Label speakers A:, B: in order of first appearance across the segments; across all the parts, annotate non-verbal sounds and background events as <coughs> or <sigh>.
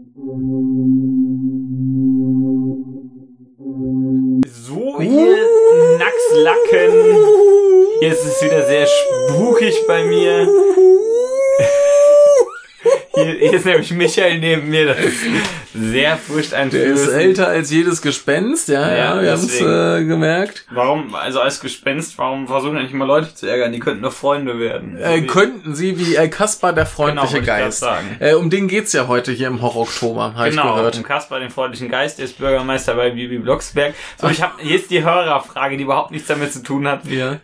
A: Oh, Hier, hier ist nämlich Michael neben mir, das ist sehr
B: <laughs> Der ist
A: furchteinflößend.
B: älter als jedes Gespenst, ja, ja,
A: Ja,
B: wir haben es äh,
A: deswegen.
B: gemerkt.
A: Warum, also als Gespenst, warum versuchen denn nicht mal Leute zu ärgern? Die könnten doch Freunde werden.
B: Äh, könnten Sie wie äh, Kaspar der
A: Genau,
B: freundliche
A: wollte ich grad
B: Geist.
A: sagen.
B: Äh, um den geht's ja heute hier im Horror-Oktober, habe ich
A: Genau,
B: gehört.
A: und Kaspar, den freundlichen Geist, der ist Bürgermeister bei Bibi Blocksberg. So, ich habe jetzt die Hörerfrage, die überhaupt nichts damit zu tun hat.
B: Ja.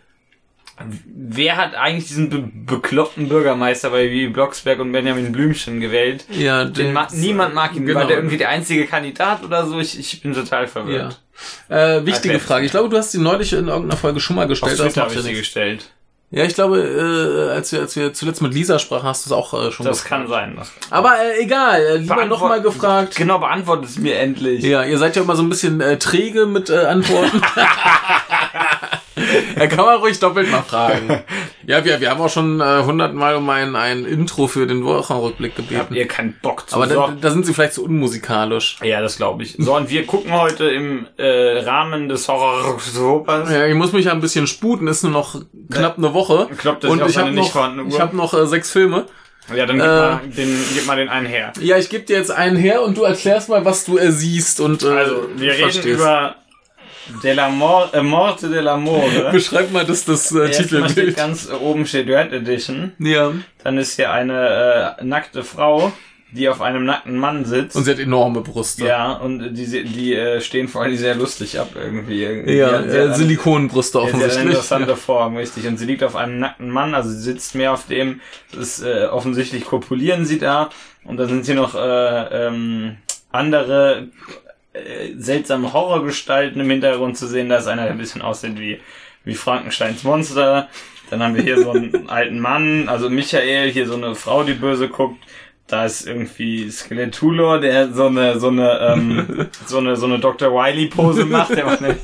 A: Wer hat eigentlich diesen be bekloppten Bürgermeister bei Bibi Blocksberg und Benjamin Blümchen gewählt?
B: Ja,
A: Den ma niemand mag ihn,
B: genau.
A: war der irgendwie der einzige Kandidat oder so? Ich, ich bin total
B: Ja.
A: verwirrt.
B: Äh, wichtige
A: Okay.
B: Frage. Ich glaube, du hast sie neulich in irgendeiner Folge schon mal
A: Auf
B: gestellt. aber das
A: Twitter
B: macht
A: habe ich
B: ja
A: sie
B: nichts.
A: gestellt.
B: ja, ich glaube, äh, als, wir, als wir zuletzt mit Lisa sprachen, hast du es auch äh, schon
A: Das
B: gefragt.
A: kann sein. Das
B: Aber äh, egal, äh, lieber nochmal
A: Beantwort-
B: gefragt.
A: Genau, beantwortet es mir endlich.
B: Ja, ihr seid ja immer so ein bisschen äh, träge mit äh,
A: <laughs>
B: Antworten. da kann man ruhig doppelt mal fragen. Ja, wir, wir haben auch schon äh, hundertmal um ein, ein Intro für den Wochenrückblick
A: Habt
B: gebeten.
A: ihr keinen Bock zu
B: Aber da,
A: sorgen?
B: da sind sie vielleicht zu unmusikalisch.
A: Ja, das glaube ich. So, und wir gucken heute im äh, Rahmen des Horror-Sopas.
B: Ja, ich muss mich ja ein bisschen sputen, ist nur noch knapp eine Woche.
A: Klappt das nicht auf
B: ich habe
A: meine nicht
B: noch,
A: vorhandene Uhr?
B: ich hab noch äh, sechs Filme.
A: Ja, dann gib,
B: Äh.
A: mal den, gib mal den einen her.
B: Ja, ich gebe dir jetzt einen her und du erklärst mal, was du äh, siehst und äh,
A: Also, wir reden
B: verstehst.
A: über De la Mor äh, Morte de la
B: <laughs>
A: More.
B: Beschreib mal das, das äh,
A: Erstmal steht
B: Titelbild.
A: ganz oben steht Red Edition.
B: Ja.
A: Dann ist hier eine äh, nackte Frau, die auf einem nackten Mann sitzt.
B: Und sie hat enorme Brüste.
A: ja, und die, se- die äh, stehen vor allem sehr lustig ab irgendwie.
B: Ja,
A: die,
B: äh, Silikonbrüste
A: Sehr eine
B: offensichtlich.
A: interessante Form, richtig. Und sie liegt auf einem nackten Mann, also sie sitzt mehr auf dem, das ist äh, offensichtlich kopulieren sie da. Und dann sind hier noch äh, ähm, andere äh, seltsame Horrorgestalten im Hintergrund zu sehen. Da ist einer, der ein bisschen aussieht wie, wie Frankensteins Monster. Dann haben wir hier so einen alten Mann, also Michael, hier so eine Frau, die böse guckt. Da ist irgendwie Skeletulo, der so eine, so eine,
B: <laughs>
A: ähm, so eine, so eine Dr. Wiley-Pose macht, der macht nämlich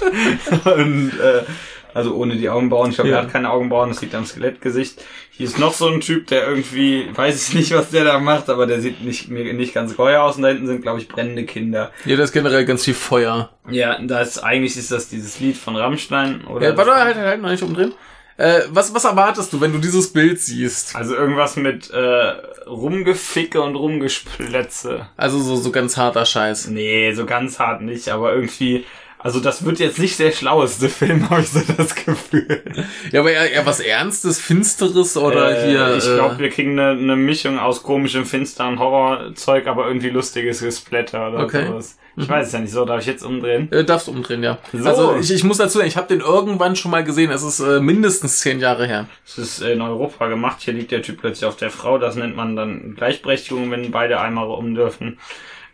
A: und, äh, also ohne die Augenbrauen. Ich glaube,
B: Ja.
A: er hat keine Augenbrauen, das liegt am Skelettgesicht. Hier ist noch so ein Typ, der irgendwie, weiß ich nicht, was der da macht, aber der sieht nicht, mir nicht ganz geheuer aus. Und da hinten sind, glaube ich, brennende Kinder.
B: Ja, das ist generell ganz viel Feuer.
A: Ja, da ist, eigentlich ist das dieses Lied von Rammstein, oder?
B: Äh, warte, halt, halt, halt, noch nicht umdrehen. Äh, was, was erwartest du, wenn du dieses Bild siehst?
A: also irgendwas mit äh, Rumgeficke und Rumgesplätze.
B: Also so, so ganz harter Scheiß.
A: Nee, so ganz hart nicht, aber irgendwie... Also das wird jetzt nicht der schlaueste <laughs> Film, habe ich so das Gefühl.
B: Ja, aber eher, eher was Ernstes, Finsteres oder
A: Äh,
B: hier...
A: Ich
B: äh,
A: glaube, wir kriegen eine, eine Mischung aus komischem, finsteren Horrorzeug, aber irgendwie lustiges Gesplatter oder
B: Okay. Mhm.
A: sowas. Ich weiß es ja nicht so, darf ich jetzt umdrehen?
B: Äh, darfst umdrehen, ja.
A: So.
B: Also ich, ich muss dazu sagen, ich habe den irgendwann schon mal gesehen. Es ist äh, mindestens zehn Jahre her.
A: Es ist äh, in Europa gemacht, hier liegt der Typ plötzlich auf der Frau, das nennt man dann Gleichberechtigung, wenn beide einmal um dürfen.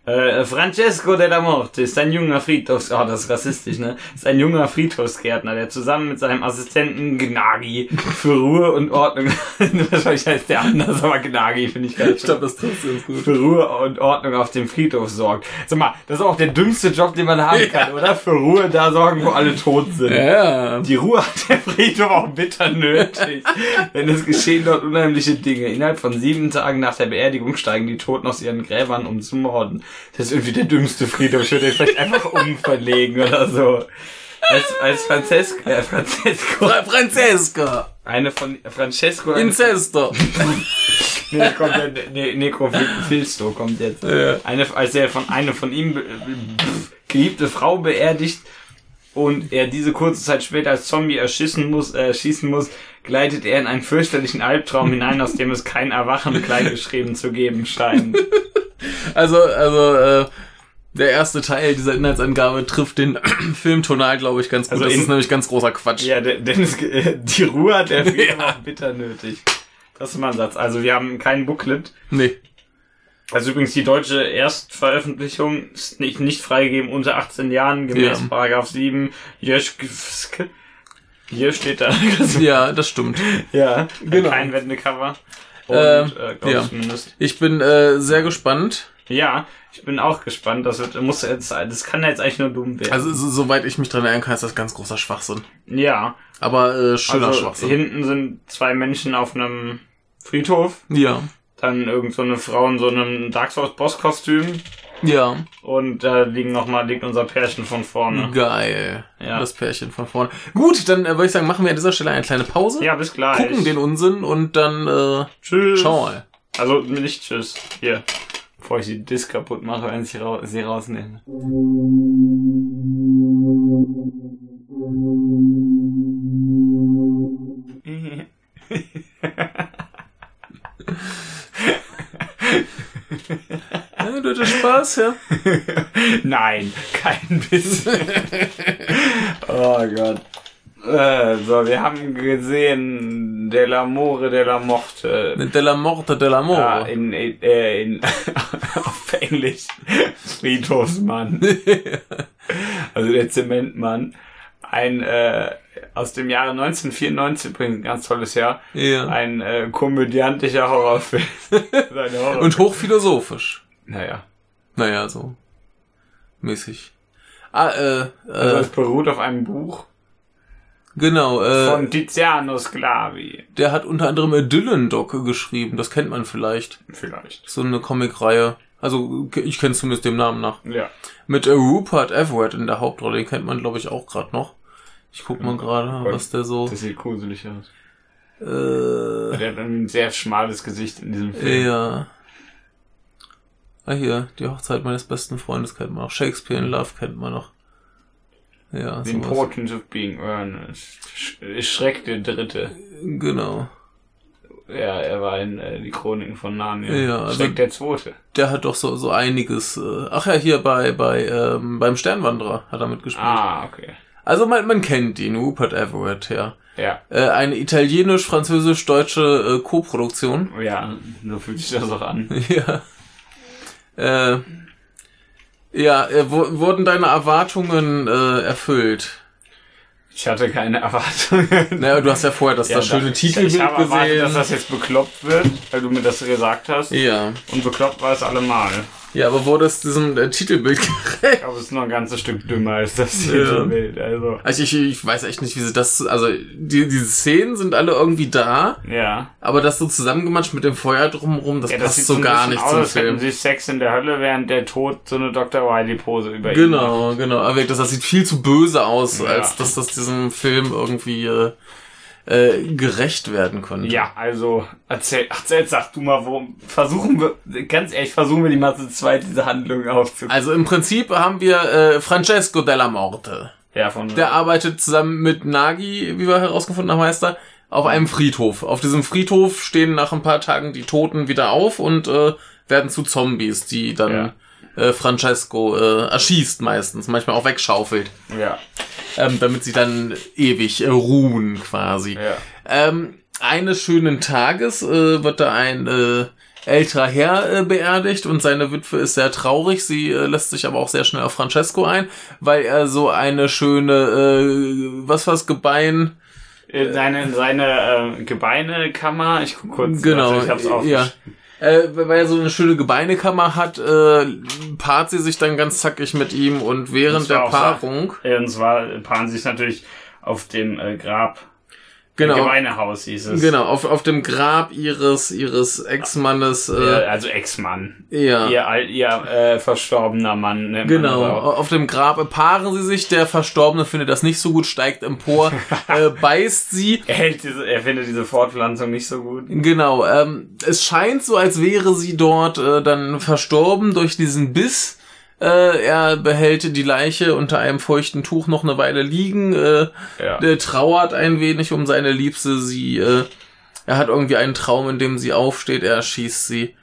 A: Äh, Francesco della Morte ist ein junger Friedhofs... Oh, das ist rassistisch, ne? Ist ein junger Friedhofsgärtner, der zusammen mit seinem Assistenten Gnagi für Ruhe und Ordnung... <laughs> Wahrscheinlich heißt der anders, aber Gnagi finde ich ganz schön.
B: das trifft ganz gut.
A: für Ruhe und Ordnung auf dem Friedhof sorgt. Sag mal, das ist auch der dümmste Job, den man haben kann, oder? Für Ruhe da sorgen, wo alle tot sind.
B: Ja.
A: Die Ruhe hat der Friedhof auch bitter nötig. Denn es geschehen dort unheimliche Dinge. Innerhalb von sieben Tagen nach der Beerdigung steigen die Toten aus ihren Gräbern, um zu morden. Das ist irgendwie der dümmste Friedhof. Ich würde den vielleicht einfach umverlegen oder so. Als, als Francesco, äh, Francesco,
B: Fra Francesca!
A: eine von Francesco, eine
B: Incesto!
A: Nee, kommt der ne Necrophilsto kommt jetzt.
B: Ja.
A: Eine, als er von eine von ihm be- pff, geliebte Frau beerdigt und er diese kurze Zeit später als Zombie erschießen muss, äh, schießen muss, gleitet er in einen fürchterlichen Albtraum hinein, aus dem es kein Erwachen kleingeschrieben zu geben scheint.
B: Also, also, äh, der erste Teil dieser Inhaltsangabe trifft den <clears throat> Filmtonal, glaube ich, ganz gut.
A: Also
B: das
A: in-
B: ist nämlich ganz großer Quatsch.
A: Ja, de- denn es, ge- äh, die Ruhe hat der Frieden auch bitter nötig. Das ist mein Satz. Also wir haben kein Booklet.
B: Nee.
A: Also übrigens die deutsche Erstveröffentlichung ist nicht, nicht freigegeben unter 18 Jahren, gemäß
B: Ja.
A: Paragraph 7. Jöschke, hier steht
B: <laughs>
A: da. Also,
B: Ja, das stimmt.
A: ja,
B: genau.
A: genau. kein Wendecover. Und,
B: Ähm,
A: äh, glaub ich
B: ja.
A: zumindest.
B: Ich bin äh, sehr gespannt.
A: Ja, ich bin auch gespannt. Das wird, muss jetzt, das kann jetzt eigentlich nur dumm werden.
B: Also, so, soweit ich mich dran erinnern kann, ist das ganz großer Schwachsinn.
A: ja,
B: Aber äh, schöner
A: also
B: Schwachsinn.
A: hinten sind zwei Menschen auf einem Friedhof,
B: ja.
A: dann irgend so eine Frau in so einem Dark Souls Boss Kostüm
B: Ja.
A: und da liegen noch mal liegt unser Pärchen von vorne.
B: Geil.
A: Ja.
B: Das Pärchen von vorne. Gut, dann äh, würde ich sagen, machen wir an dieser Stelle eine kleine Pause.
A: Ja, bis gleich.
B: Gucken den Unsinn und dann äh,
A: Tschüss.
B: schauen wir mal.
A: Also nicht tschüss. Hier. Bevor ich die Disc kaputt mache, wenn ich sie rau- sie rausnehme.
B: Ja, du hattest
A: <laughs>
B: Spaß, ja?
A: <laughs> Nein, kein bisschen. <laughs> oh Gott. Äh, so, wir haben gesehen De la More, De la Morte.
B: Mit Della Morte, Della
A: Ja,
B: More.
A: in, in, äh, in <laughs> auf Englisch <laughs> Friedhofsmann. also der Zementmann. Ein äh, aus dem Jahre 1994 übrigens ein ganz tolles Jahr.
B: Ja.
A: Ein äh, komödiantischer
B: <laughs>
A: Horrorfilm. Seine Horror
B: Und hochphilosophisch.
A: naja,
B: Naja, so. Mäßig. Ah, äh,
A: also
B: äh
A: es beruht auf einem Buch
B: genau, äh,
A: von Tiziano Sclavi.
B: der hat unter anderem äh, Dylan-Doc geschrieben, das kennt man vielleicht.
A: Vielleicht.
B: So eine Comicreihe. Also, ich kenne zumindest dem Namen nach.
A: Ja.
B: Mit äh, Rupert Everett in der Hauptrolle, den kennt man, glaube ich, auch gerade noch. Ich guck mal gerade,
A: Gott.
B: was der so.
A: Das sieht gruselig aus.
B: Äh,
A: Der hat ein sehr schmales Gesicht in diesem Film.
B: ja. Ah, hier, die Hochzeit meines besten Freundes kennt man noch. Shakespeare in Love kennt man noch. Ja,
A: The
B: sowas.
A: Importance of Being Earnest. Sch- Schreck der Dritte.
B: Genau.
A: Ja, er war in äh, die Chroniken von Narnia.
B: Ja, also-
A: Schreck der Zweite.
B: Der hat doch so, so einiges. Äh, ach ja, hier bei, bei, ähm, beim Sternwanderer hat er mitgespielt.
A: Ah, okay.
B: Also man, man kennt ihn, Rupert Everett, ja.
A: Ja,
B: Äh, eine italienisch-französisch-deutsche äh, Koproduktion. <laughs>
A: ja, so fühlt sich das auch an.
B: Ja. Äh, ja, äh, wo, wurden deine Erwartungen äh, erfüllt?
A: Ich hatte keine Erwartungen.
B: Naja, du hast ja vorher das,
A: Ja,
B: das schöne
A: ich-
B: Titelbild
A: Ich habe erwartet,
B: gesehen.
A: dass das jetzt bekloppt wird, weil du mir das gesagt hast.
B: ja.
A: Und bekloppt war es allemal.
B: ja, aber wurde es diesem äh, Titelbild <laughs> gerecht?
A: Ich glaube, es ist noch ein ganzes Stück dümmer als das
B: Ja.
A: Titelbild. Also,
B: Also ich, ich weiß echt nicht, wie sie das... Also die, diese Szenen sind alle irgendwie da,
A: ja.
B: aber das so zusammengematscht mit dem Feuer drumherum, das
A: ja
B: passt
A: sieht
B: so
A: ein
B: gar
A: bisschen
B: nicht
A: aus,
B: zum
A: als hätten
B: Film.
A: sie Sex in der Hölle, während der Tod so eine Dr. Wiley-Pose über ihn macht.
B: Genau, genau. Aber das, das sieht viel zu böse aus,
A: Ja.
B: als dass das diesem Film irgendwie äh, äh, gerecht werden konnte.
A: Ja, also erzähl, erzähl, sag du mal, worum versuchen wir, ganz ehrlich, versuchen wir die Masse 2 diese Handlung aufzubauen.
B: Also im Prinzip haben wir äh, Francesco della Morte.
A: Ja, von
B: Der arbeitet zusammen mit Nagi, wie wir herausgefunden haben, heißt er, auf einem Friedhof. Auf diesem Friedhof stehen nach ein paar Tagen die Toten wieder auf und äh, werden zu Zombies, die dann äh, Francesco äh, erschießt meistens, manchmal auch wegschaufelt,
A: ja,
B: ähm, damit sie dann ewig äh, ruhen quasi.
A: ja.
B: Ähm, eines schönen Tages äh, wird da ein äh, älterer Herr äh, beerdigt und seine Witwe ist sehr traurig. Sie äh, lässt sich aber auch sehr schnell auf Francesco ein, weil er so eine schöne, äh, was war's, Gebein,
A: Äh, Seine, seine äh, Gebeinekammer, ich guck kurz,
B: genau,
A: also ich hab's auch.
B: ja. Äh, weil er so eine schöne Gebeinekammer hat, äh, paart sie sich dann ganz zackig mit ihm und
A: Das
B: während
A: war
B: der
A: auch Sache.
B: Paarung,
A: Äh, Und zwar paaren sich natürlich auf dem äh, Grab,
B: genau,
A: Gemeinehaus hieß es.
B: genau, auf, auf dem Grab ihres, ihres Ex-Mannes,
A: Äh,
B: äh,
A: also Ex-Mann.
B: ja.
A: Ihr, al- ihr äh, verstorbener Mann. nennt man
B: Genau,
A: das auch.
B: auf dem Grab paaren sie sich, der Verstorbene findet das nicht so gut, steigt <laughs> empor, äh, beißt sie.
A: Er, hält diese, er findet diese Fortpflanzung nicht so gut.
B: Genau, ähm, es scheint so, als wäre sie dort äh, dann verstorben durch diesen Biss. Äh, er behält die Leiche unter einem feuchten Tuch noch eine Weile liegen, äh,
A: Ja.
B: äh, trauert ein wenig um seine Liebste, sie, äh, er hat irgendwie einen Traum, in dem sie aufsteht, er erschießt sie.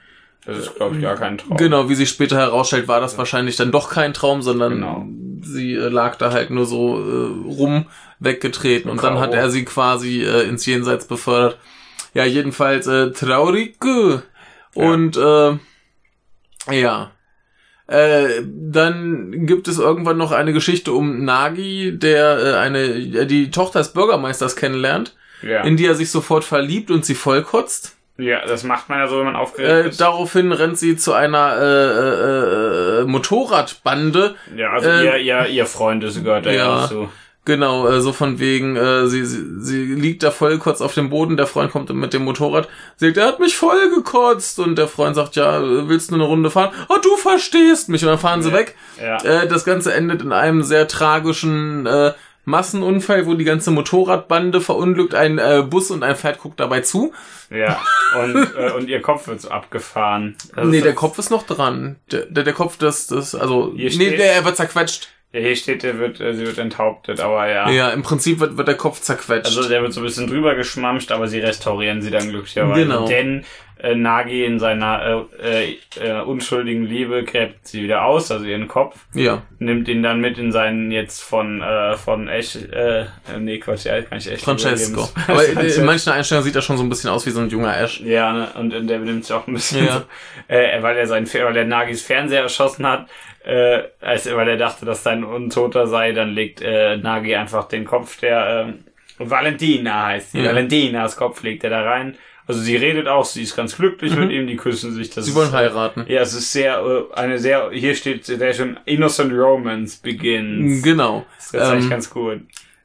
A: Das ist, glaube ich, gar kein Traum.
B: Genau, wie sich später herausstellt, war das wahrscheinlich dann doch kein Traum, sondern
A: Genau.
B: sie äh, lag da halt nur so äh, rum, weggetreten und dann
A: K.O.
B: hat er sie quasi äh, ins Jenseits befördert. Ja, jedenfalls äh, traurig. Und ja. Äh, ja. Äh, dann gibt es irgendwann noch eine Geschichte um Nagi, der äh, eine die Tochter des Bürgermeisters kennenlernt,
A: Ja.
B: in die er sich sofort verliebt und sie vollkotzt.
A: ja, das macht man ja so, wenn man aufgeregt
B: Äh,
A: ist.
B: daraufhin rennt sie zu einer äh, äh, äh, Motorradbande.
A: Ja, also
B: Ähm,
A: ihr, ihr, ihr Freund ist, gehört da ja,
B: ja.
A: auch zu.
B: Genau, äh, so von wegen, äh, sie, sie, sie liegt da voll kurz auf dem Boden, der Freund kommt mit dem Motorrad, sie sagt, er hat mich voll gekotzt und der Freund sagt, ja, willst du eine Runde fahren? Oh, du verstehst mich und dann fahren sie
A: Ja.
B: weg.
A: Ja.
B: Äh, das Ganze endet in einem sehr tragischen, äh, Massenunfall, wo die ganze Motorradbande verunglückt, ein äh, Bus und ein Pferd guckt dabei zu.
A: Ja, und, äh, und ihr Kopf wird so abgefahren. Das
B: nee,
A: ist-
B: der Kopf ist noch dran. Der, der, der Kopf, das, das, also,
A: Hier
B: nee,
A: steht-
B: der, er wird zerquetscht.
A: Ja, hier steht, der wird, äh, sie wird enthauptet, aber ja.
B: Ja, im Prinzip wird, wird der Kopf zerquetscht.
A: Ah. Also der wird so ein bisschen drüber geschmampft, aber sie restaurieren sie dann glücklicherweise.
B: Genau.
A: Denn äh, Nagi in seiner äh, äh, äh, unschuldigen Liebe gräbt sie wieder aus, also ihren Kopf,
B: ja,
A: nimmt ihn dann mit in seinen jetzt von äh, von Ech, äh, äh, nee Quatsch, ja, kann ich echt
B: Francesco.
A: übergeben. <laughs>
B: Aber in- in
A: Francesco.
B: manchen Einstellungen sieht er schon so ein bisschen aus wie so ein junger Ash.
A: Ja, ne? und, und der benimmt sich auch ein bisschen,
B: Ja.
A: so, äh, weil er seinen, Fe- weil er Nagis Fernseher erschossen hat, äh, als, weil er dachte, dass sein Untoter sei, dann legt äh, Nagi einfach den Kopf der äh, Valentina heißt sie,
B: Ja.
A: Valentinas Kopf legt er da rein. Also sie redet auch, sie ist ganz glücklich mit ihm, die küssen sich. Das
B: Mhm. Sie
A: ist-
B: wollen heiraten.
A: Ja, es ist sehr, äh, eine sehr, hier steht sehr schon Innocent Romance begins.
B: Genau.
A: Das ist eigentlich
B: Ähm,
A: ganz gut.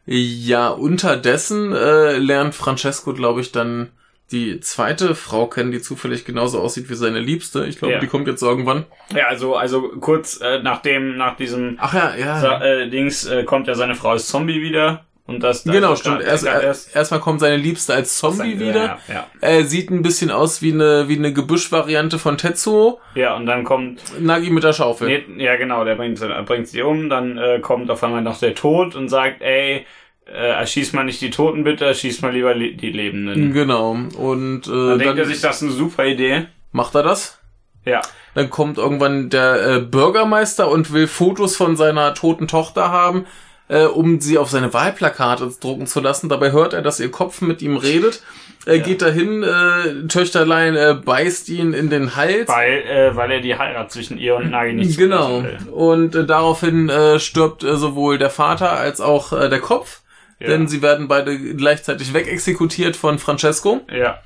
B: Ja, unterdessen äh, lernt Francesco, glaube ich, dann die zweite Frau kennen, die zufällig genauso aussieht wie seine Liebste. Ich glaube,
A: Ja.
B: die kommt jetzt irgendwann.
A: Ja, also, also kurz äh, nachdem, nach diesem
B: Ach ja, ja.
A: Sa äh, Dings äh, kommt ja seine Frau als Zombie wieder und das
B: genau,
A: das-
B: stimmt.
A: das-
B: Erst,
A: das-
B: erst, erstmal kommt seine Liebste als Zombie
A: das-
B: wieder.
A: Ja, ja.
B: Äh, sieht ein bisschen aus wie eine, wie eine Gebüschvariante von Tetsuo.
A: ja, und dann kommt
B: Nagi mit der Schaufel.
A: nee, ja genau, der bringt, sie- bringt sie um, dann äh, kommt auf einmal noch der Tod und sagt, ey, äh, erschieß mal nicht die Toten bitte, erschieß mal lieber le die Lebenden.
B: Genau. Und äh,
A: Dann
B: dann,
A: denkt er sich, das ist eine super Idee.
B: macht er das.
A: Ja,
B: Dann kommt irgendwann der äh, Bürgermeister und will Fotos von seiner toten Tochter haben, äh, um sie auf seine Wahlplakate drucken zu lassen. Dabei hört er, dass ihr Kopf mit ihm redet. Er
A: Ja.
B: geht dahin, äh, Töchterlein äh, beißt ihn in den Hals.
A: weil äh, weil er die Heirat zwischen ihr und Nagi nicht
B: Genau.
A: zulassen will.
B: Und äh, daraufhin äh, stirbt äh, sowohl der Vater als auch äh, der Kopf.
A: Ja.
B: Denn sie werden beide gleichzeitig wegexekutiert von Francesco.
A: Ja,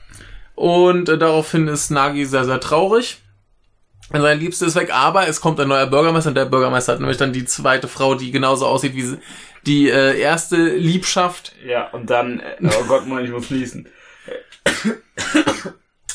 B: Und äh, daraufhin ist Nagi sehr, sehr traurig. Sein Liebste ist weg, aber es kommt ein neuer Bürgermeister und der Bürgermeister hat nämlich dann die zweite Frau, die genauso aussieht wie sie- die äh, erste Liebschaft.
A: ja, und dann äh, oh Gott, Mann, ich muss <coughs> niesen.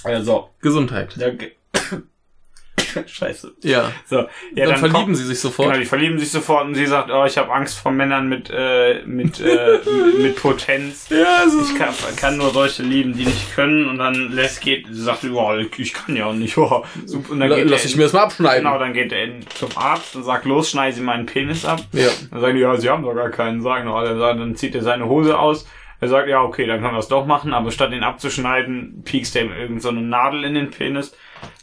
A: ja, so.
B: Gesundheit.
A: Ja, ge- Also, <coughs> Scheiße.
B: Ja.
A: So, ja,
B: dann, verlieben
A: kommt-
B: sie sich sofort.
A: Genau, die verlieben sich sofort und sie sagt, oh, ich habe Angst vor Männern mit äh, mit,
B: <laughs>
A: äh, mit mit Potenz.
B: Ja, es ist-
A: Ich kann, kann nur solche lieben, die nicht können. Und dann lässt geht, sie sagt, oh, ich kann ja auch nicht. <laughs> Oh. Super. Und dann
B: La-
A: geht
B: lass
A: er
B: ich
A: in-
B: mir das mal abschneiden.
A: Genau, dann geht er in, zum Arzt und sagt, los, schneide sie meinen Penis ab.
B: Ja.
A: Dann sagen die, ja, sie haben doch gar keinen. Sagen noch alle, Sagen- dann zieht er seine Hose aus. Er sagt, ja, okay, dann können wir es doch machen. Aber statt ihn abzuschneiden, piekst er ihm irgend so eine Nadel in den Penis.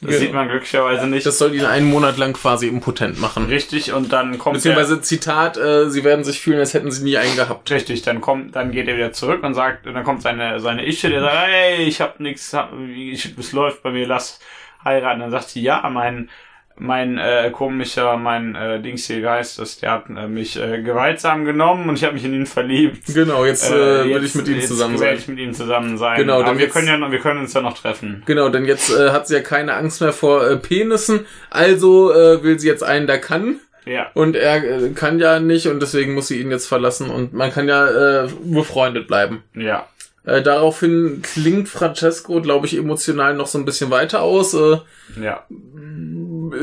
A: Das
B: Genau.
A: sieht man glücklicherweise nicht.
B: Das soll ihn einen Monat lang quasi impotent machen.
A: Richtig, und dann kommt er-
B: Beziehungsweise, Zitat, äh, sie werden sich fühlen, als hätten sie nie einen gehabt.
A: Richtig, dann kommt, dann geht er wieder zurück und sagt, und dann kommt seine seine Ische, der sagt, hey, ich hab nix, hab, ich, es läuft bei mir, lass heiraten. Dann sagt sie, ja, mein mein äh, komischer, mein äh, Dings hier wie heißt das, der hat äh, mich äh, gewaltsam genommen und ich habe mich in ihn verliebt.
B: Genau, jetzt äh, würde ich mit ihm
A: jetzt
B: zusammen
A: werd
B: sein.
A: ich mit ihm zusammen sein.
B: Genau,
A: aber
B: denn
A: wir
B: jetzt-
A: können ja noch, wir können uns ja noch treffen.
B: Genau, denn jetzt äh, hat sie ja keine Angst mehr vor äh, Penissen, also äh, will sie jetzt einen, der kann.
A: Ja,
B: Und er äh, kann ja nicht und deswegen muss sie ihn jetzt verlassen und man kann ja äh, befreundet bleiben.
A: ja,
B: Äh, daraufhin klingt Francesco, glaube ich, emotional noch so ein bisschen weiter aus. Äh,
A: ja,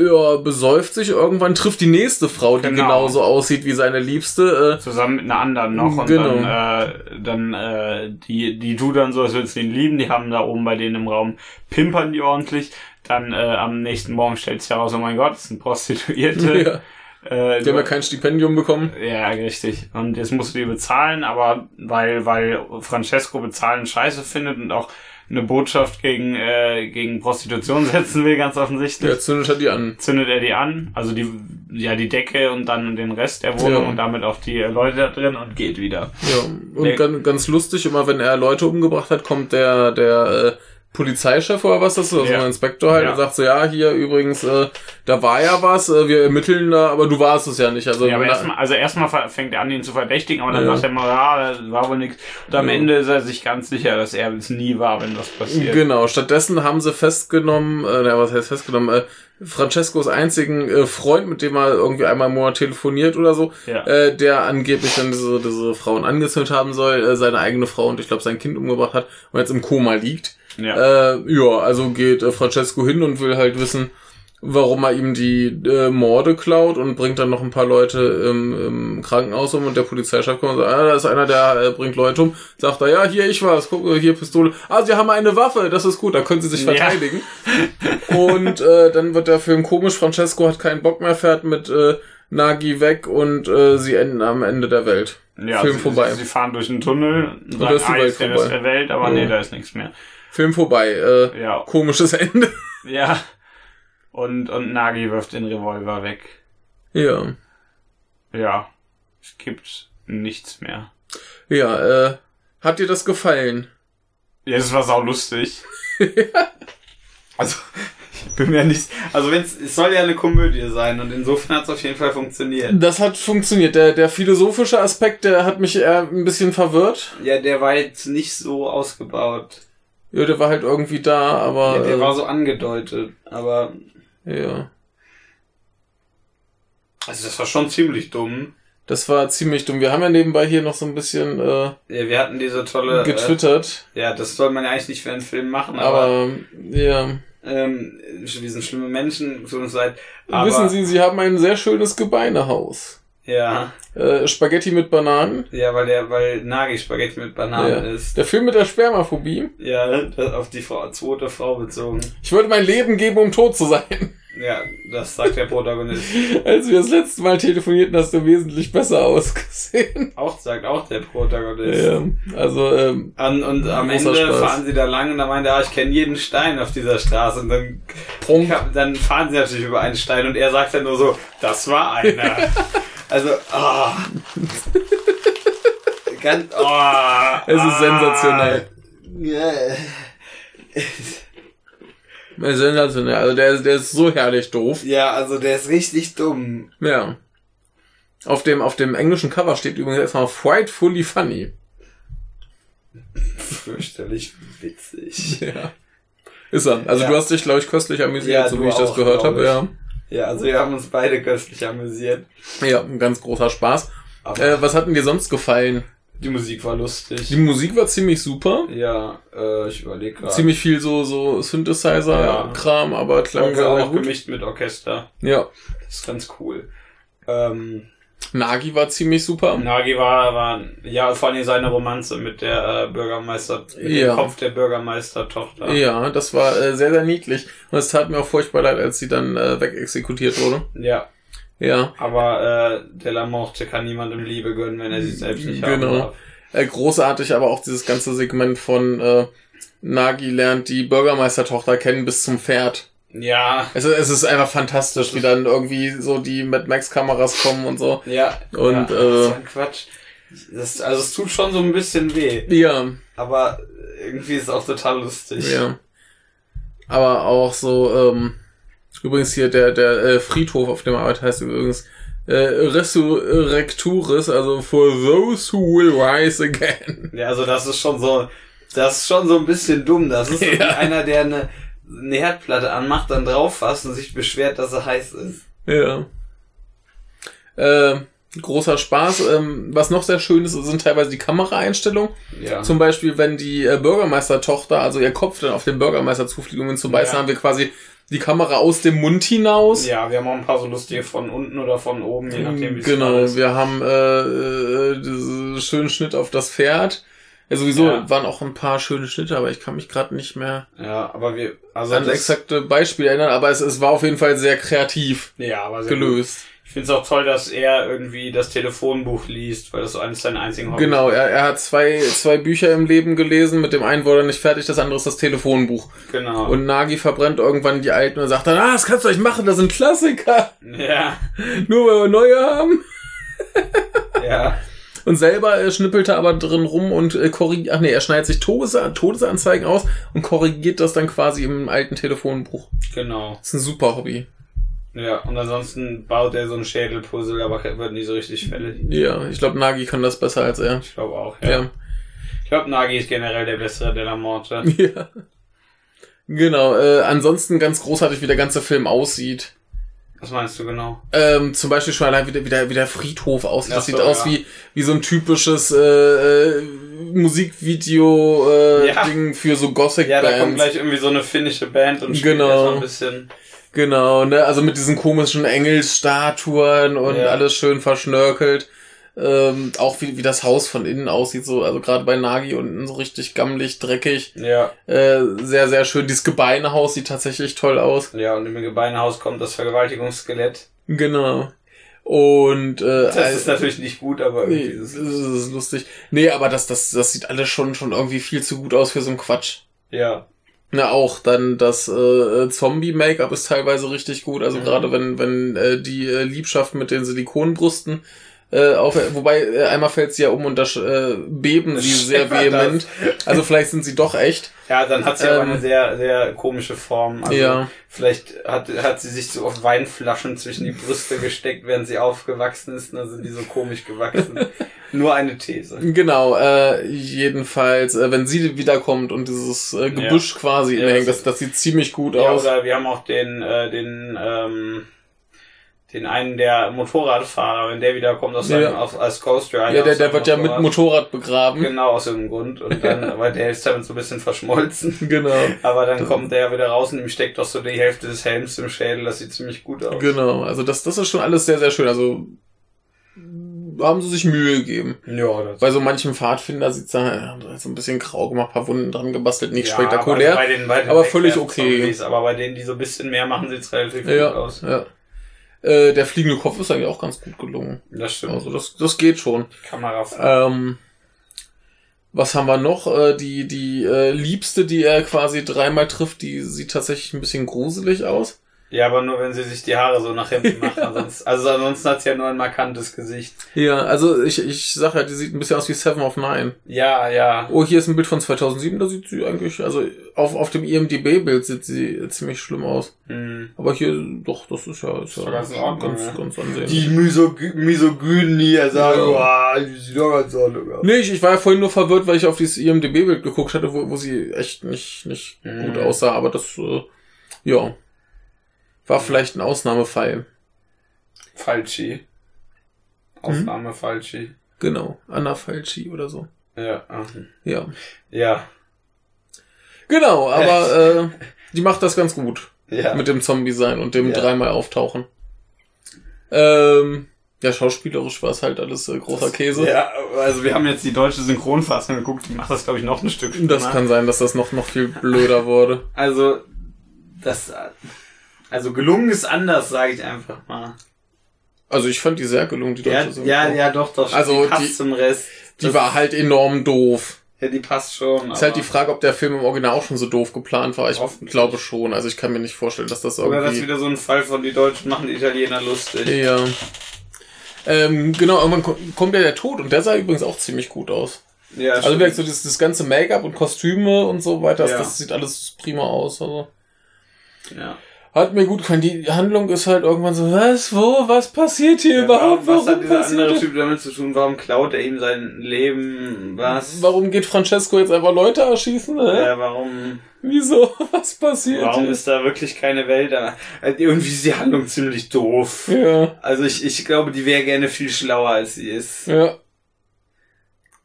B: ja, besäuft sich irgendwann, trifft die nächste Frau, die
A: Genau.
B: genauso aussieht wie seine Liebste. Äh,
A: zusammen mit einer anderen noch und
B: Genau.
A: dann, äh, dann äh, die, die tut dann so, als würdest du ihn lieben, die haben da oben bei denen im Raum, pimpern die ordentlich, dann äh, am nächsten Morgen stellt sich heraus, oh mein Gott, das ist ein Prostituierte.
B: ja,
A: äh,
B: die haben <laughs> ja kein Stipendium bekommen.
A: ja, richtig. Und jetzt musst du die bezahlen, aber weil, weil Francesco bezahlen scheiße findet und auch eine Botschaft gegen, äh, gegen Prostitution <laughs> setzen will, ganz offensichtlich
B: Der zündet er die an.
A: zündet er die an, also die, ja, die Decke und dann den Rest der Wohnung
B: Ja.
A: und damit auch die äh, Leute da drin und geht wieder.
B: Ja, und
A: Nee.
B: ganz, ganz lustig, immer wenn er Leute umgebracht hat, kommt der, der äh, Polizeichef oder was das ist, also
A: Ja.
B: ein Inspektor halt,
A: Ja.
B: und sagt so, ja, hier übrigens, äh, da war ja was, äh, wir ermitteln da, aber du warst es ja nicht. Also,
A: Ja, aber
B: wenn er-
A: erstmal, also erstmal ver- fängt er an, ihn zu verdächtigen, aber dann
B: Ja.
A: sagt er mal, ja, das war wohl nichts. Und am
B: Ja.
A: Ende ist er sich ganz sicher, dass er es nie war, wenn was passiert.
B: genau, stattdessen haben sie festgenommen, äh, na, was heißt festgenommen, äh, Francescos einzigen äh, Freund, mit dem er irgendwie einmal im Monat telefoniert oder so,
A: Ja.
B: äh, der angeblich dann diese, diese Frauen angezündet haben soll, äh, seine eigene Frau und ich glaube sein Kind umgebracht hat und jetzt im Koma liegt.
A: ja.
B: äh, Ja, äh, ja also geht äh, Francesco hin und will halt wissen, warum er ihm die äh, Morde klaut und bringt dann noch ein paar Leute im, im Krankenhaus um und der Polizeichef kommt und sagt, ah, da ist einer, der äh, bringt Leute um. Sagt er, ja, hier, ich war's, guck, äh, hier Pistole. Ah, sie haben eine Waffe, das ist gut, da können sie sich
A: Ja.
B: verteidigen. und äh, dann wird der Film komisch, Francesco hat keinen Bock mehr, fährt mit äh, Nagi weg und äh, sie enden am Ende der Welt.
A: Ja,
B: Film
A: sie,
B: vorbei.
A: Sie, sie fahren durch einen Tunnel, sagen,
B: ist die
A: ah,
B: Welt
A: ist der Rest
B: vorbei.
A: der Welt, aber nee,
B: Ja.
A: da ist nichts mehr.
B: Film vorbei, äh,
A: Ja,
B: komisches Ende. <laughs>
A: ja. Und, und Nagi wirft den Revolver weg.
B: ja.
A: Ja, es gibt nichts mehr.
B: Ja, äh, hat dir das gefallen?
A: Ja, das war sau
B: <laughs>
A: lustig. also, ich bin mir nicht. Also, wenn's, es soll ja eine Komödie sein und insofern hat's auf jeden Fall funktioniert.
B: Das hat funktioniert. Der, der philosophische Aspekt, der hat mich eher ein bisschen verwirrt.
A: Ja, der war jetzt nicht so ausgebaut.
B: Ja, der war halt irgendwie da, aber.
A: Ja, der war
B: Ja,
A: so angedeutet, aber.
B: äh, ja.
A: Also, das war schon ziemlich dumm.
B: Das war ziemlich dumm. Wir haben ja nebenbei hier noch so ein bisschen äh,
A: Ja, wir hatten diese tolle. Äh,
B: getwittert.
A: ja, das soll man ja eigentlich nicht für einen Film machen, aber.
B: aber ja.
A: ähm, wir sind schlimme Menschen, tut uns leid. Aber,
B: Wissen Sie, Sie haben ein sehr schönes Gebeinehaus.
A: Ja,
B: Äh, Spaghetti mit Bananen.
A: ja, weil der, weil Nagi Spaghetti mit Bananen
B: Ja.
A: ist.
B: Der Film mit der Spermaphobie.
A: Ja, das auf die Frau, zweite Frau bezogen.
B: Ich würde mein Leben geben, um tot zu sein. <laughs>
A: Ja, das sagt der Protagonist.
B: Als wir das letzte Mal telefonierten, hast du wesentlich besser ausgesehen.
A: auch sagt auch der Protagonist.
B: Ja, also, ähm,
A: An, und am
B: Großer
A: Ende
B: Spaß.
A: fahren sie da lang und dann meint er, ah, ich kenne jeden Stein auf dieser Straße. Und dann,
B: Prunk.
A: dann fahren sie natürlich über einen Stein und er sagt dann nur so, das war einer.
B: <laughs>
A: also, ah. Ganz, ah,
B: Es ist
A: ah.
B: sensationell.
A: Yeah.
B: Ja, Sensationell. Also der, ist- der ist so herrlich doof.
A: Ja, also der ist richtig dumm.
B: Ja. Auf dem, auf dem englischen Cover steht übrigens erstmal Frightfully Funny.
A: Fürchterlich witzig.
B: Ja. Ist er. Also
A: Ja.
B: du hast dich, glaube ich, köstlich amüsiert,
A: Ja,
B: so
A: du
B: wie ich das
A: auch,
B: gehört
A: glaub
B: habe. Ja.
A: Ja, also wir haben uns beide köstlich amüsiert.
B: ja, ein ganz großer Spaß.
A: Aber
B: Äh, was hat denn dir sonst gefallen?
A: die Musik war lustig.
B: Die Musik war ziemlich super.
A: Ja, äh, ich überlege gerade.
B: Ziemlich viel so, so Synthesizer-Kram, aber klang
A: Orchester
B: sehr, sehr
A: auch
B: gut.
A: gemischt mit Orchester.
B: Ja.
A: Das ist ganz cool. Ähm,
B: Nagi war ziemlich super.
A: Nagi war, war, ja, vor allem seine Romanze mit der äh, Bürgermeister, mit
B: Ja.
A: dem Kopf der Bürgermeistertochter.
B: Ja, das war äh, sehr, sehr niedlich. Und es tat mir auch furchtbar leid, als sie dann äh, wegexekutiert wurde.
A: Ja,
B: Ja.
A: aber äh, Della Morte kann niemandem Liebe gönnen, wenn er sie selbst nicht
B: Genau.
A: haben darf.
B: Äh, großartig, aber auch dieses ganze Segment von äh, Nagi lernt die Bürgermeistertochter kennen bis zum Pferd.
A: Ja,
B: Es, ist- es ist einfach fantastisch, wie dann irgendwie so die Mad Max Kameras kommen und so.
A: ja.
B: Und,
A: ja,
B: äh,
A: das war ein Quatsch. Das, also es tut schon so ein bisschen weh,
B: Ja,
A: aber irgendwie ist es auch total lustig.
B: ja. Aber auch so ähm, übrigens hier der der äh, Friedhof, auf dem er arbeitet, heißt übrigens äh, Resurrecturis, also for those who will rise again.
A: Ja, also das ist schon so, das ist schon so ein bisschen dumm. Das
B: <laughs>
A: ist so wie
B: Ja.
A: einer, der eine, eine Herdplatte anmacht, dann drauffasst und sich beschwert, dass er heiß ist.
B: Ja. Äh, großer Spaß. Ähm, was noch sehr schön ist, sind teilweise die Kameraeinstellungen.
A: Ja.
B: Zum Beispiel, wenn die äh, Bürgermeistertochter, also ihr Kopf dann auf den Bürgermeister zufliegt, um ihn zu beißen,
A: Ja.
B: haben wir quasi die Kamera aus dem Mund hinaus.
A: ja, wir haben auch ein paar so lustige von unten oder von oben, je nachdem, wie es gerade
B: genau,
A: ist.
B: wir haben äh, äh, diesen schönen Schnitt auf das Pferd. Ja, sowieso
A: Ja.
B: waren auch ein paar schöne Schnitte, aber ich kann mich gerade nicht mehr
A: Ja, aber wir, also
B: an das
A: das,
B: exakte Beispiel erinnern, aber es, es war auf jeden Fall sehr kreativ
A: ja, aber sehr gut.
B: gelöst.
A: Ich finde es auch toll, dass er irgendwie das Telefonbuch liest, weil das so eines seiner einzigen Hobbys
B: Genau, er, er hat zwei, zwei Bücher im Leben gelesen, mit dem einen wurde er nicht fertig, das andere ist das Telefonbuch.
A: ist. Genau.
B: Und Nagi verbrennt irgendwann die alten und sagt dann, ah, das kannst du euch machen, das sind Klassiker, <laughs>
A: ja, <laughs>
B: nur weil wir neue haben.
A: ja,
B: Und selber äh, schnippelt er aber drin rum und äh, korrigiert, ach nee, er schneidet sich Todes Todesanzeigen aus und korrigiert das dann quasi im alten Telefonbuch.
A: genau.
B: Das ist ein super Hobby.
A: Ja, und ansonsten baut er so ein Schädelpuzzle, aber wird nie so richtig fällig.
B: Ja, ich glaube, Nagi kann das besser als er.
A: Ich glaube auch, ja.
B: Ja.
A: Ich glaube, Nagi ist generell der bessere Della Morte.
B: <laughs> Ja. Genau, äh, ansonsten ganz großartig, wie der ganze Film aussieht.
A: Was meinst du genau?
B: Ähm, zum Beispiel schon allein wieder wieder wieder Friedhof aus. Das
A: Ach so,
B: sieht aus
A: ja.
B: wie wie so ein typisches äh, äh, Musikvideo äh,
A: Ja.
B: Ding für so Gothic
A: Ja, da kommt
B: Bands.
A: gleich irgendwie so eine finnische Band und spielt
B: Genau.
A: erstmal ein bisschen.
B: Genau, ne? Also mit diesen komischen Engelsstatuen und
A: Ja.
B: alles schön verschnörkelt. Ähm, auch wie, wie das Haus von innen aussieht, so, also gerade bei Nagi unten so richtig gammelig, dreckig.
A: Ja,
B: Äh, sehr, sehr schön. Dieses Gebeinehaus sieht tatsächlich toll aus.
A: ja, und im Gebeinehaus kommt das Vergewaltigungsskelett.
B: Genau. Und äh,
A: Das ist natürlich nicht gut, aber irgendwie
B: nee,
A: ist
B: das
A: es.
B: ist lustig. Nee, aber das, das, das sieht alles schon, schon irgendwie viel zu gut aus für so einen Quatsch.
A: Ja.
B: Na auch, dann das äh, Zombie-Make-up ist teilweise richtig gut. Also
A: Mhm.
B: gerade wenn, wenn äh, die äh, Liebschaft mit den Silikonbrüsten äh, auf, wobei äh, einmal fällt sie ja um und da sch- äh, beben sie sehr
A: Scheppert
B: vehement. Also vielleicht sind sie doch echt.
A: Ja, dann hat sie aber
B: Ähm.
A: eine sehr, sehr komische Form. Also
B: ja.
A: Vielleicht hat, hat sie sich so auf Weinflaschen zwischen die Brüste gesteckt, während sie aufgewachsen ist. Und dann sind die so komisch gewachsen.
B: <laughs>
A: Nur eine These.
B: Genau, äh, jedenfalls, äh, wenn sie wiederkommt und dieses äh, Gebüsch quasi
A: Ja,
B: innehängt,
A: das-
B: das, das sieht ziemlich gut
A: Ja,
B: aus.
A: oder wir haben auch den, äh, den, ähm, den einen der Motorradfahrer, wenn der wiederkommt aus seinem,
B: Ja.
A: aus, als Ghost Rider.
B: Ja, der,
A: aus
B: der
A: seinem
B: wird ja mit Motorrad begraben.
A: Genau, aus dem Grund. Und dann, weil der ist damit so ein bisschen
B: <laughs>
A: verschmolzen.
B: Genau.
A: Aber dann kommt der wieder raus und ihm steckt doch so die Hälfte des Helms im Schädel. Das sieht ziemlich gut aus.
B: Genau. Also das, das ist schon alles sehr, sehr schön. Also mh, haben sie sich Mühe gegeben.
A: Ja, das
B: Bei so manchem Pfadfinder sieht's da haben sie halt so ein bisschen grau gemacht, paar Wunden dran gebastelt, nicht
A: Ja,
B: spektakulär.
A: also bei den, bei den
B: aber völlig
A: Wegwerf-Zombies,
B: okay.
A: aber bei denen, die so ein bisschen mehr machen, sieht's relativ gut
B: ja,
A: aus.
B: ja. Äh, der fliegende Kopf ist eigentlich auch ganz gut gelungen.
A: Das stimmt.
B: Also das, das geht schon.
A: Kamera.
B: Ähm, was haben wir noch? Äh, die die äh, Liebste, die er quasi dreimal trifft, die sieht tatsächlich ein bisschen gruselig aus.
A: Ja, aber nur wenn sie sich die Haare so nach hinten macht.
B: <laughs>
A: Ansonsten, also ansonsten hat's ja nur ein markantes Gesicht.
B: Ja, also ich, ich sag ja, die sieht ein bisschen aus wie Seven of Nine.
A: Ja, ja.
B: Oh, hier ist ein Bild von 2007, da sieht sie eigentlich, also auf, auf dem IMDB-Bild sieht sie ziemlich schlimm aus.
A: Hm.
B: Aber hier, doch, das ist ja,
A: Ist
B: ist ja
A: doch ganz in Ordnung,
B: ganz,
A: ja.
B: ganz ansehnlich.
A: Die Misogy Misogynen hier sagen,
B: Ja.
A: boah, "Ah, die sieht doch ganz ordentlich aus.
B: nee, ich, ich war ja vorhin nur verwirrt, weil ich auf dieses IMDB-Bild geguckt hatte, wo, wo sie echt nicht, nicht
A: Mhm.
B: gut aussah, aber das, äh, ja, war
A: Mhm.
B: vielleicht ein Ausnahmefall.
A: Falschi. Aufnahme Falschi.
B: Genau, Anna Falci oder so.
A: Ja. ah.
B: Ja,
A: <laughs> Ja.
B: genau, aber
A: <laughs>
B: äh, die macht das ganz gut
A: Ja.
B: <laughs> mit dem Zombie-Sein und dem
A: Ja.
B: dreimal auftauchen. Ähm, ja, schauspielerisch war es halt alles äh, großer Käse.
A: Ja, also wir haben jetzt die deutsche Synchronfassung geguckt, die macht das glaube ich noch ein Stück
B: Das
A: schlimmer.
B: kann sein, dass das noch, noch viel blöder wurde.
A: Also, das. Also, gelungen ist anders, sage ich einfach mal.
B: Also ich fand die sehr gelungen, die
A: Ja,
B: deutsche Synchro.
A: ja, ja, doch, doch.
B: Also
A: die passt
B: die-
A: zum Rest.
B: Die
A: Das-
B: war halt enorm doof.
A: Ja, die passt schon.
B: Ist halt die Frage, ob der Film im Original auch schon so doof geplant war. Ich
A: Hoffentlich.
B: glaube schon. Also ich kann mir nicht vorstellen, dass das
A: Oder das ist
B: irgendwie...
A: wieder so ein Fall von, die Deutschen machen die Italiener lustig.
B: Ja. Ähm, genau, irgendwann ko- kommt ja der Tod und der sah übrigens auch ziemlich gut aus.
A: Ja,
B: also wirklich so dieses, das ganze Make-up und Kostüme und so weiter,
A: Ja.
B: das sieht alles prima aus. Also.
A: ja.
B: Hat mir gut gefallen. Die Handlung ist halt irgendwann so, was, wo, was passiert hier
A: Ja,
B: überhaupt?
A: was hat
B: Warum
A: dieser andere
B: passiert das?
A: Typ damit zu tun? Warum klaut er ihm sein Leben? Was?
B: Warum geht Francesco jetzt einfach Leute erschießen? Hä?
A: Ja, warum?
B: Wieso? <laughs> Was passiert?
A: Warum ist da wirklich keine Welt? Aber Irgendwie ist die Handlung ziemlich doof.
B: ja,
A: Also ich, ich glaube, die wäre gerne viel schlauer, als sie ist.
B: ja.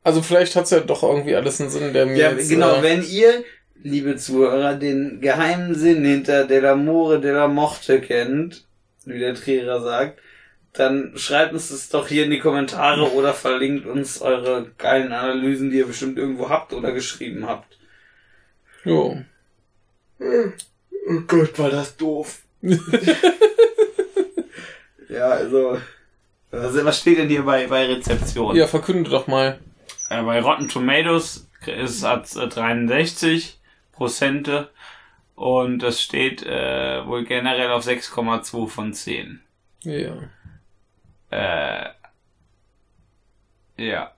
B: Also vielleicht hat's ja doch irgendwie alles einen Sinn, der mir
A: Ja,
B: jetzt,
A: genau,
B: äh,
A: wenn ihr, liebe Zuhörer, den geheimen Sinn hinter Della More, Della Morte kennt, wie der Trierer sagt, dann schreibt uns das doch hier in die Kommentare oder verlinkt uns eure geilen Analysen, die ihr bestimmt irgendwo habt oder geschrieben habt.
B: jo.
A: Oh Gott, war das doof. <laughs> ja, also. Also, was steht denn hier bei, bei Rezeption?
B: ja, verkünde doch mal.
A: Äh, bei Rotten Tomatoes ist es als, äh, 63 Prozente und das steht äh, wohl generell auf 6,2 von 10.
B: Ja.
A: Äh, ja.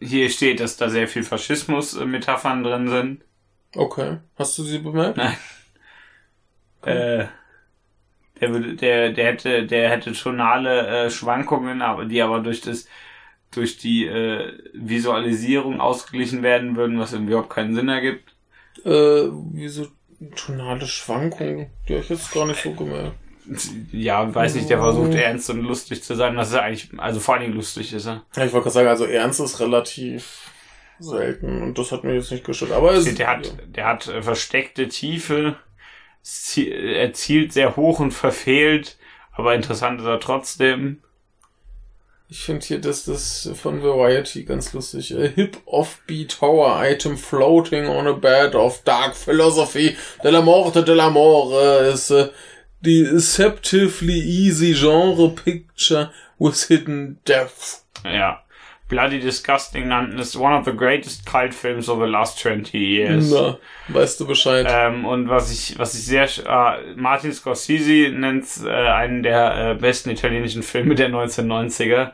A: Hier steht, dass da sehr viel Faschismus-Metaphern drin sind.
B: Okay. Hast du sie bemerkt?
A: Nein. Äh, der, würde, der, der hätte, der hätte tonale äh, Schwankungen, aber die aber durch das, durch die äh, Visualisierung ausgeglichen werden würden, was irgendwie überhaupt keinen Sinn ergibt.
B: Äh, wieso tonale Schwankungen? Die hab ich jetzt gar nicht so gemerkt.
A: Ja, weiß nicht, der versucht ernst und lustig zu sein, was ist eigentlich, also vor allen Dingen lustig ist er.
B: Ja, ich wollte gerade sagen, also ernst ist relativ selten und das hat mir jetzt nicht gestört. Aber es,
A: Der hat, der hat äh, versteckte Tiefe, zie- er zielt sehr hoch und verfehlt, aber interessant ist er trotzdem.
B: Ich finde hier das, das von Variety ganz lustig. A hip offbeat horror item floating on a bed of dark philosophy de la morte de l'amore is a deceptively easy genre picture with hidden depth.
A: Ja. Bloody Disgusting nannten es one of the greatest cult films of the last 20 years.
B: Na, weißt du Bescheid.
A: Ähm, und was ich, was ich sehr, sch- äh, Martin Scorsese nennt äh, einen der äh, besten italienischen Filme der 1990er.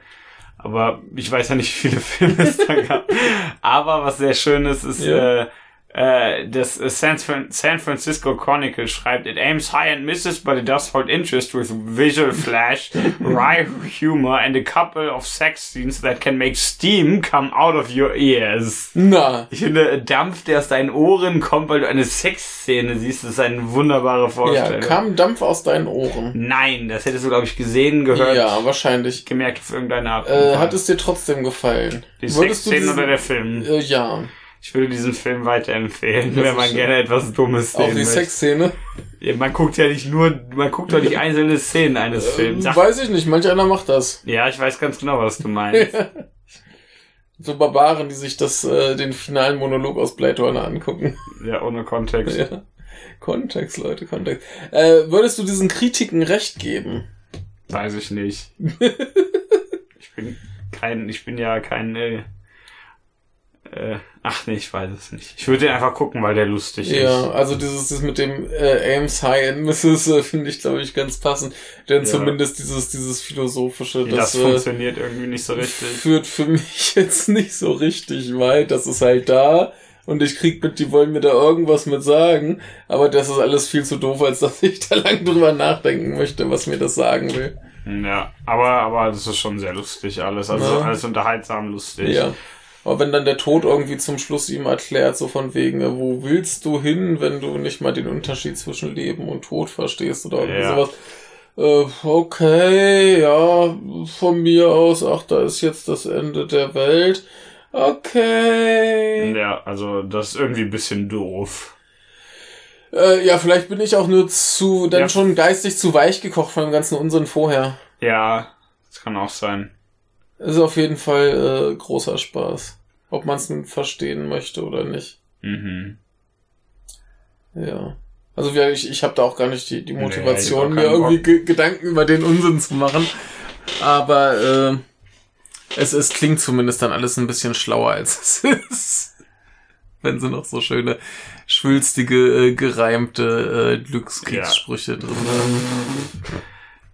A: Aber ich weiß ja nicht, wie viele Filme es da gab. Aber was sehr schön ist, ist,
B: Ja.
A: äh, äh, das äh, San, Fran San Francisco Chronicle schreibt, it aims high and misses, but it does hold interest with visual flash, wry humor and a couple of sex scenes that can make steam come out of your ears.
B: Na,
A: Ich finde, äh, Dampf, der aus deinen Ohren kommt, weil du eine Sexszene siehst, ist eine wunderbare
B: ja,
A: Vorstellung.
B: kam Dampf aus deinen Ohren.
A: Nein, das hättest du, glaube ich, gesehen, gehört,
B: Ja, wahrscheinlich.
A: gemerkt auf irgendeine Art. und
B: Äh,
A: Weise.
B: hat es dir trotzdem gefallen?
A: die
B: Würdest du
A: Sexszene
B: diesen-
A: oder der Film?
B: äh, ja,
A: Ich würde diesen Film weiterempfehlen,
B: Das
A: wenn
B: ist
A: man
B: schön.
A: gerne etwas Dummes sehen
B: auch die
A: möchte.
B: Sexszene.
A: Ja, Man guckt ja nicht nur, man guckt doch
B: <laughs>
A: nicht einzelne Szenen eines
B: Ähm,
A: Films. Ach,
B: weiß ich nicht, manch einer macht das.
A: ja, ich weiß ganz genau, was du
B: <laughs>
A: meinst.
B: So Barbaren, die sich das, äh, den finalen Monolog aus Blade Runner angucken. <laughs>
A: ja, ohne Kontext.
B: ja. Kontext, Leute, Kontext. Äh, würdest du diesen Kritiken recht geben?
A: Weiß ich nicht.
B: <laughs>
A: ich bin kein, ich bin ja kein, äh, äh, ach nee, ich weiß es nicht. Ich würde den einfach gucken, weil der lustig
B: Ja,
A: ist.
B: also dieses, dieses mit dem äh, Ames High <laughs> and Misses äh, finde ich, glaube ich, ganz passend.
A: Ja.
B: Denn zumindest dieses, dieses philosophische,
A: Das,
B: das, äh,
A: funktioniert irgendwie nicht so richtig.
B: führt für mich <laughs> jetzt nicht so richtig weit. Das ist halt da und ich krieg mit, die wollen mir da irgendwas mit sagen. Aber das ist alles viel zu doof, als dass ich <laughs> da lang drüber nachdenken möchte, was mir das sagen will.
A: Hm, Ja, aber, aber das ist schon sehr lustig alles. Also
B: Ja.
A: alles unterhaltsam lustig.
B: Ja. Aber wenn dann der Tod irgendwie zum Schluss ihm erklärt, so von wegen, äh, wo willst du hin, wenn du nicht mal den Unterschied zwischen Leben und Tod verstehst oder irgendwie
A: Ja.
B: sowas. Äh, okay, ja, von mir aus, ach, da ist jetzt das Ende der Welt. Okay.
A: Ja, also das ist irgendwie ein bisschen doof.
B: Äh, ja, vielleicht bin ich auch nur zu, dann
A: Ja.
B: schon geistig zu weich gekocht von dem ganzen Unsinn vorher.
A: Ja, das kann auch sein.
B: Ist auf jeden Fall äh, großer Spaß. Ob man es nun verstehen möchte oder nicht.
A: Mhm.
B: Ja. Also wir- ich, ich habe da auch gar nicht die, die
A: Nee,
B: Motivation,
A: ich hab
B: mir
A: auch keinen
B: irgendwie Ge Gedanken über den Unsinn zu machen. Aber äh, es, es klingt zumindest dann alles ein bisschen schlauer, als es <laughs> ist. Wenn sie noch so schöne, schwülstige, äh, gereimte äh, Glückskriegssprüche drin haben.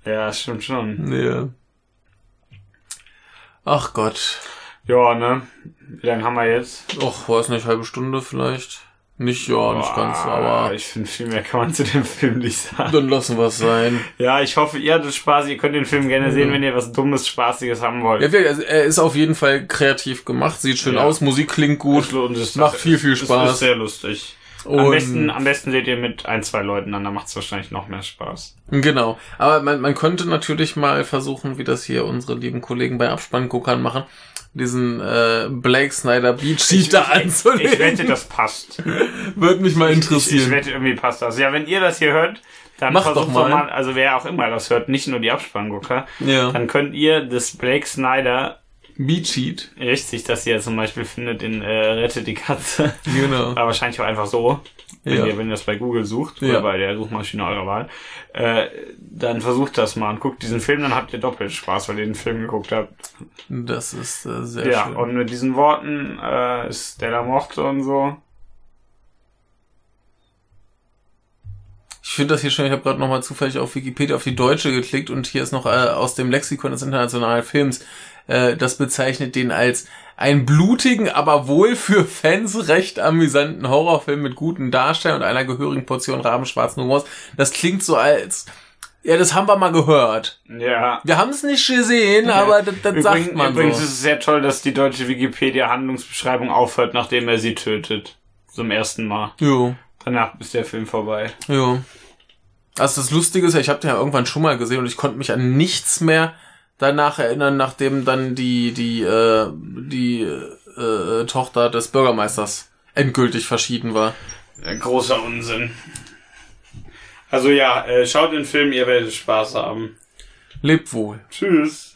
A: Ja, stimmt schon.
B: Ja. Ach Gott.
A: Ja, ne? Wie lange haben wir jetzt?
B: Och, weiß nicht, halbe Stunde vielleicht. Nicht, ja, nicht ganz,
A: Boah,
B: aber
A: Ah, Ich finde, viel mehr kann man zu dem Film nicht sagen.
B: dann lassen wir
A: <laughs>
B: es sein.
A: Ja, ich hoffe, ihr hattet Spaß. Ihr könnt den Film gerne sehen,
B: Mhm.
A: wenn ihr was Dummes, Spaßiges haben wollt.
B: Ja, wirklich, also er ist auf jeden Fall kreativ gemacht, sieht schön
A: Ja.
B: aus, Musik klingt gut.
A: Und es
B: Macht viel, viel
A: Es
B: Spaß.
A: ist sehr lustig. Am
B: Und-
A: besten, am besten seht ihr mit ein, zwei Leuten an, da macht es wahrscheinlich noch mehr Spaß.
B: Genau. Aber man, man könnte natürlich mal versuchen, wie das hier unsere lieben Kollegen bei Abspannguckern machen, diesen äh, Blake Snyder Beach Sheet da
A: Ich wette,
B: anzulegen.
A: das passt.
B: Würde mich mal
A: Ich, ich
B: interessieren.
A: wette, irgendwie passt das. Ja, wenn ihr das hier hört, dann
B: Macht
A: versucht
B: doch mal.
A: also wer auch immer das hört, nicht nur die Abspanngucker,
B: ja.
A: dann könnt ihr das Blake Snyder,
B: Beach Sheet.
A: richtig, dass ihr zum Beispiel findet in äh, Rette die Katze,
B: Genau.
A: aber wahrscheinlich auch einfach so, wenn,
B: Ja.
A: ihr, wenn ihr das bei Google sucht
B: Ja.
A: oder bei der Suchmaschine eurer Wahl, äh, dann versucht das mal und guckt diesen Film, dann habt ihr doppelt Spaß, weil ihr den Film geguckt habt.
B: Das ist äh, sehr
A: ja,
B: schön.
A: und mit diesen Worten äh, ist Stella Morte und so.
B: Ich finde das hier schön, ich habe gerade nochmal zufällig auf Wikipedia auf die Deutsche geklickt und hier ist noch äh, aus dem Lexikon des internationalen Films, äh, das bezeichnet den als einen blutigen, aber wohl für Fans recht amüsanten Horrorfilm mit guten Darstellern und einer gehörigen Portion rabenschwarzen Humors. Das klingt so als, ja, das haben wir mal gehört.
A: Ja.
B: Wir haben es nicht gesehen, aber das, das sagt
A: Übrigens,
B: man
A: übrigens
B: so.
A: ist es sehr toll, dass die deutsche Wikipedia-Handlungsbeschreibung aufhört, nachdem er sie tötet. Zum ersten Mal.
B: Jo,
A: Danach ist der Film vorbei.
B: jo. Also das Lustige ist ja, ich habe den ja irgendwann schon mal gesehen und ich konnte mich an nichts mehr danach erinnern, nachdem dann die die äh, die äh, äh, Tochter des Bürgermeisters endgültig verschieden war.
A: Ein großer Unsinn. Äh, Also ja, äh, schaut den Film, ihr werdet Spaß haben.
B: Lebt wohl.
A: Tschüss.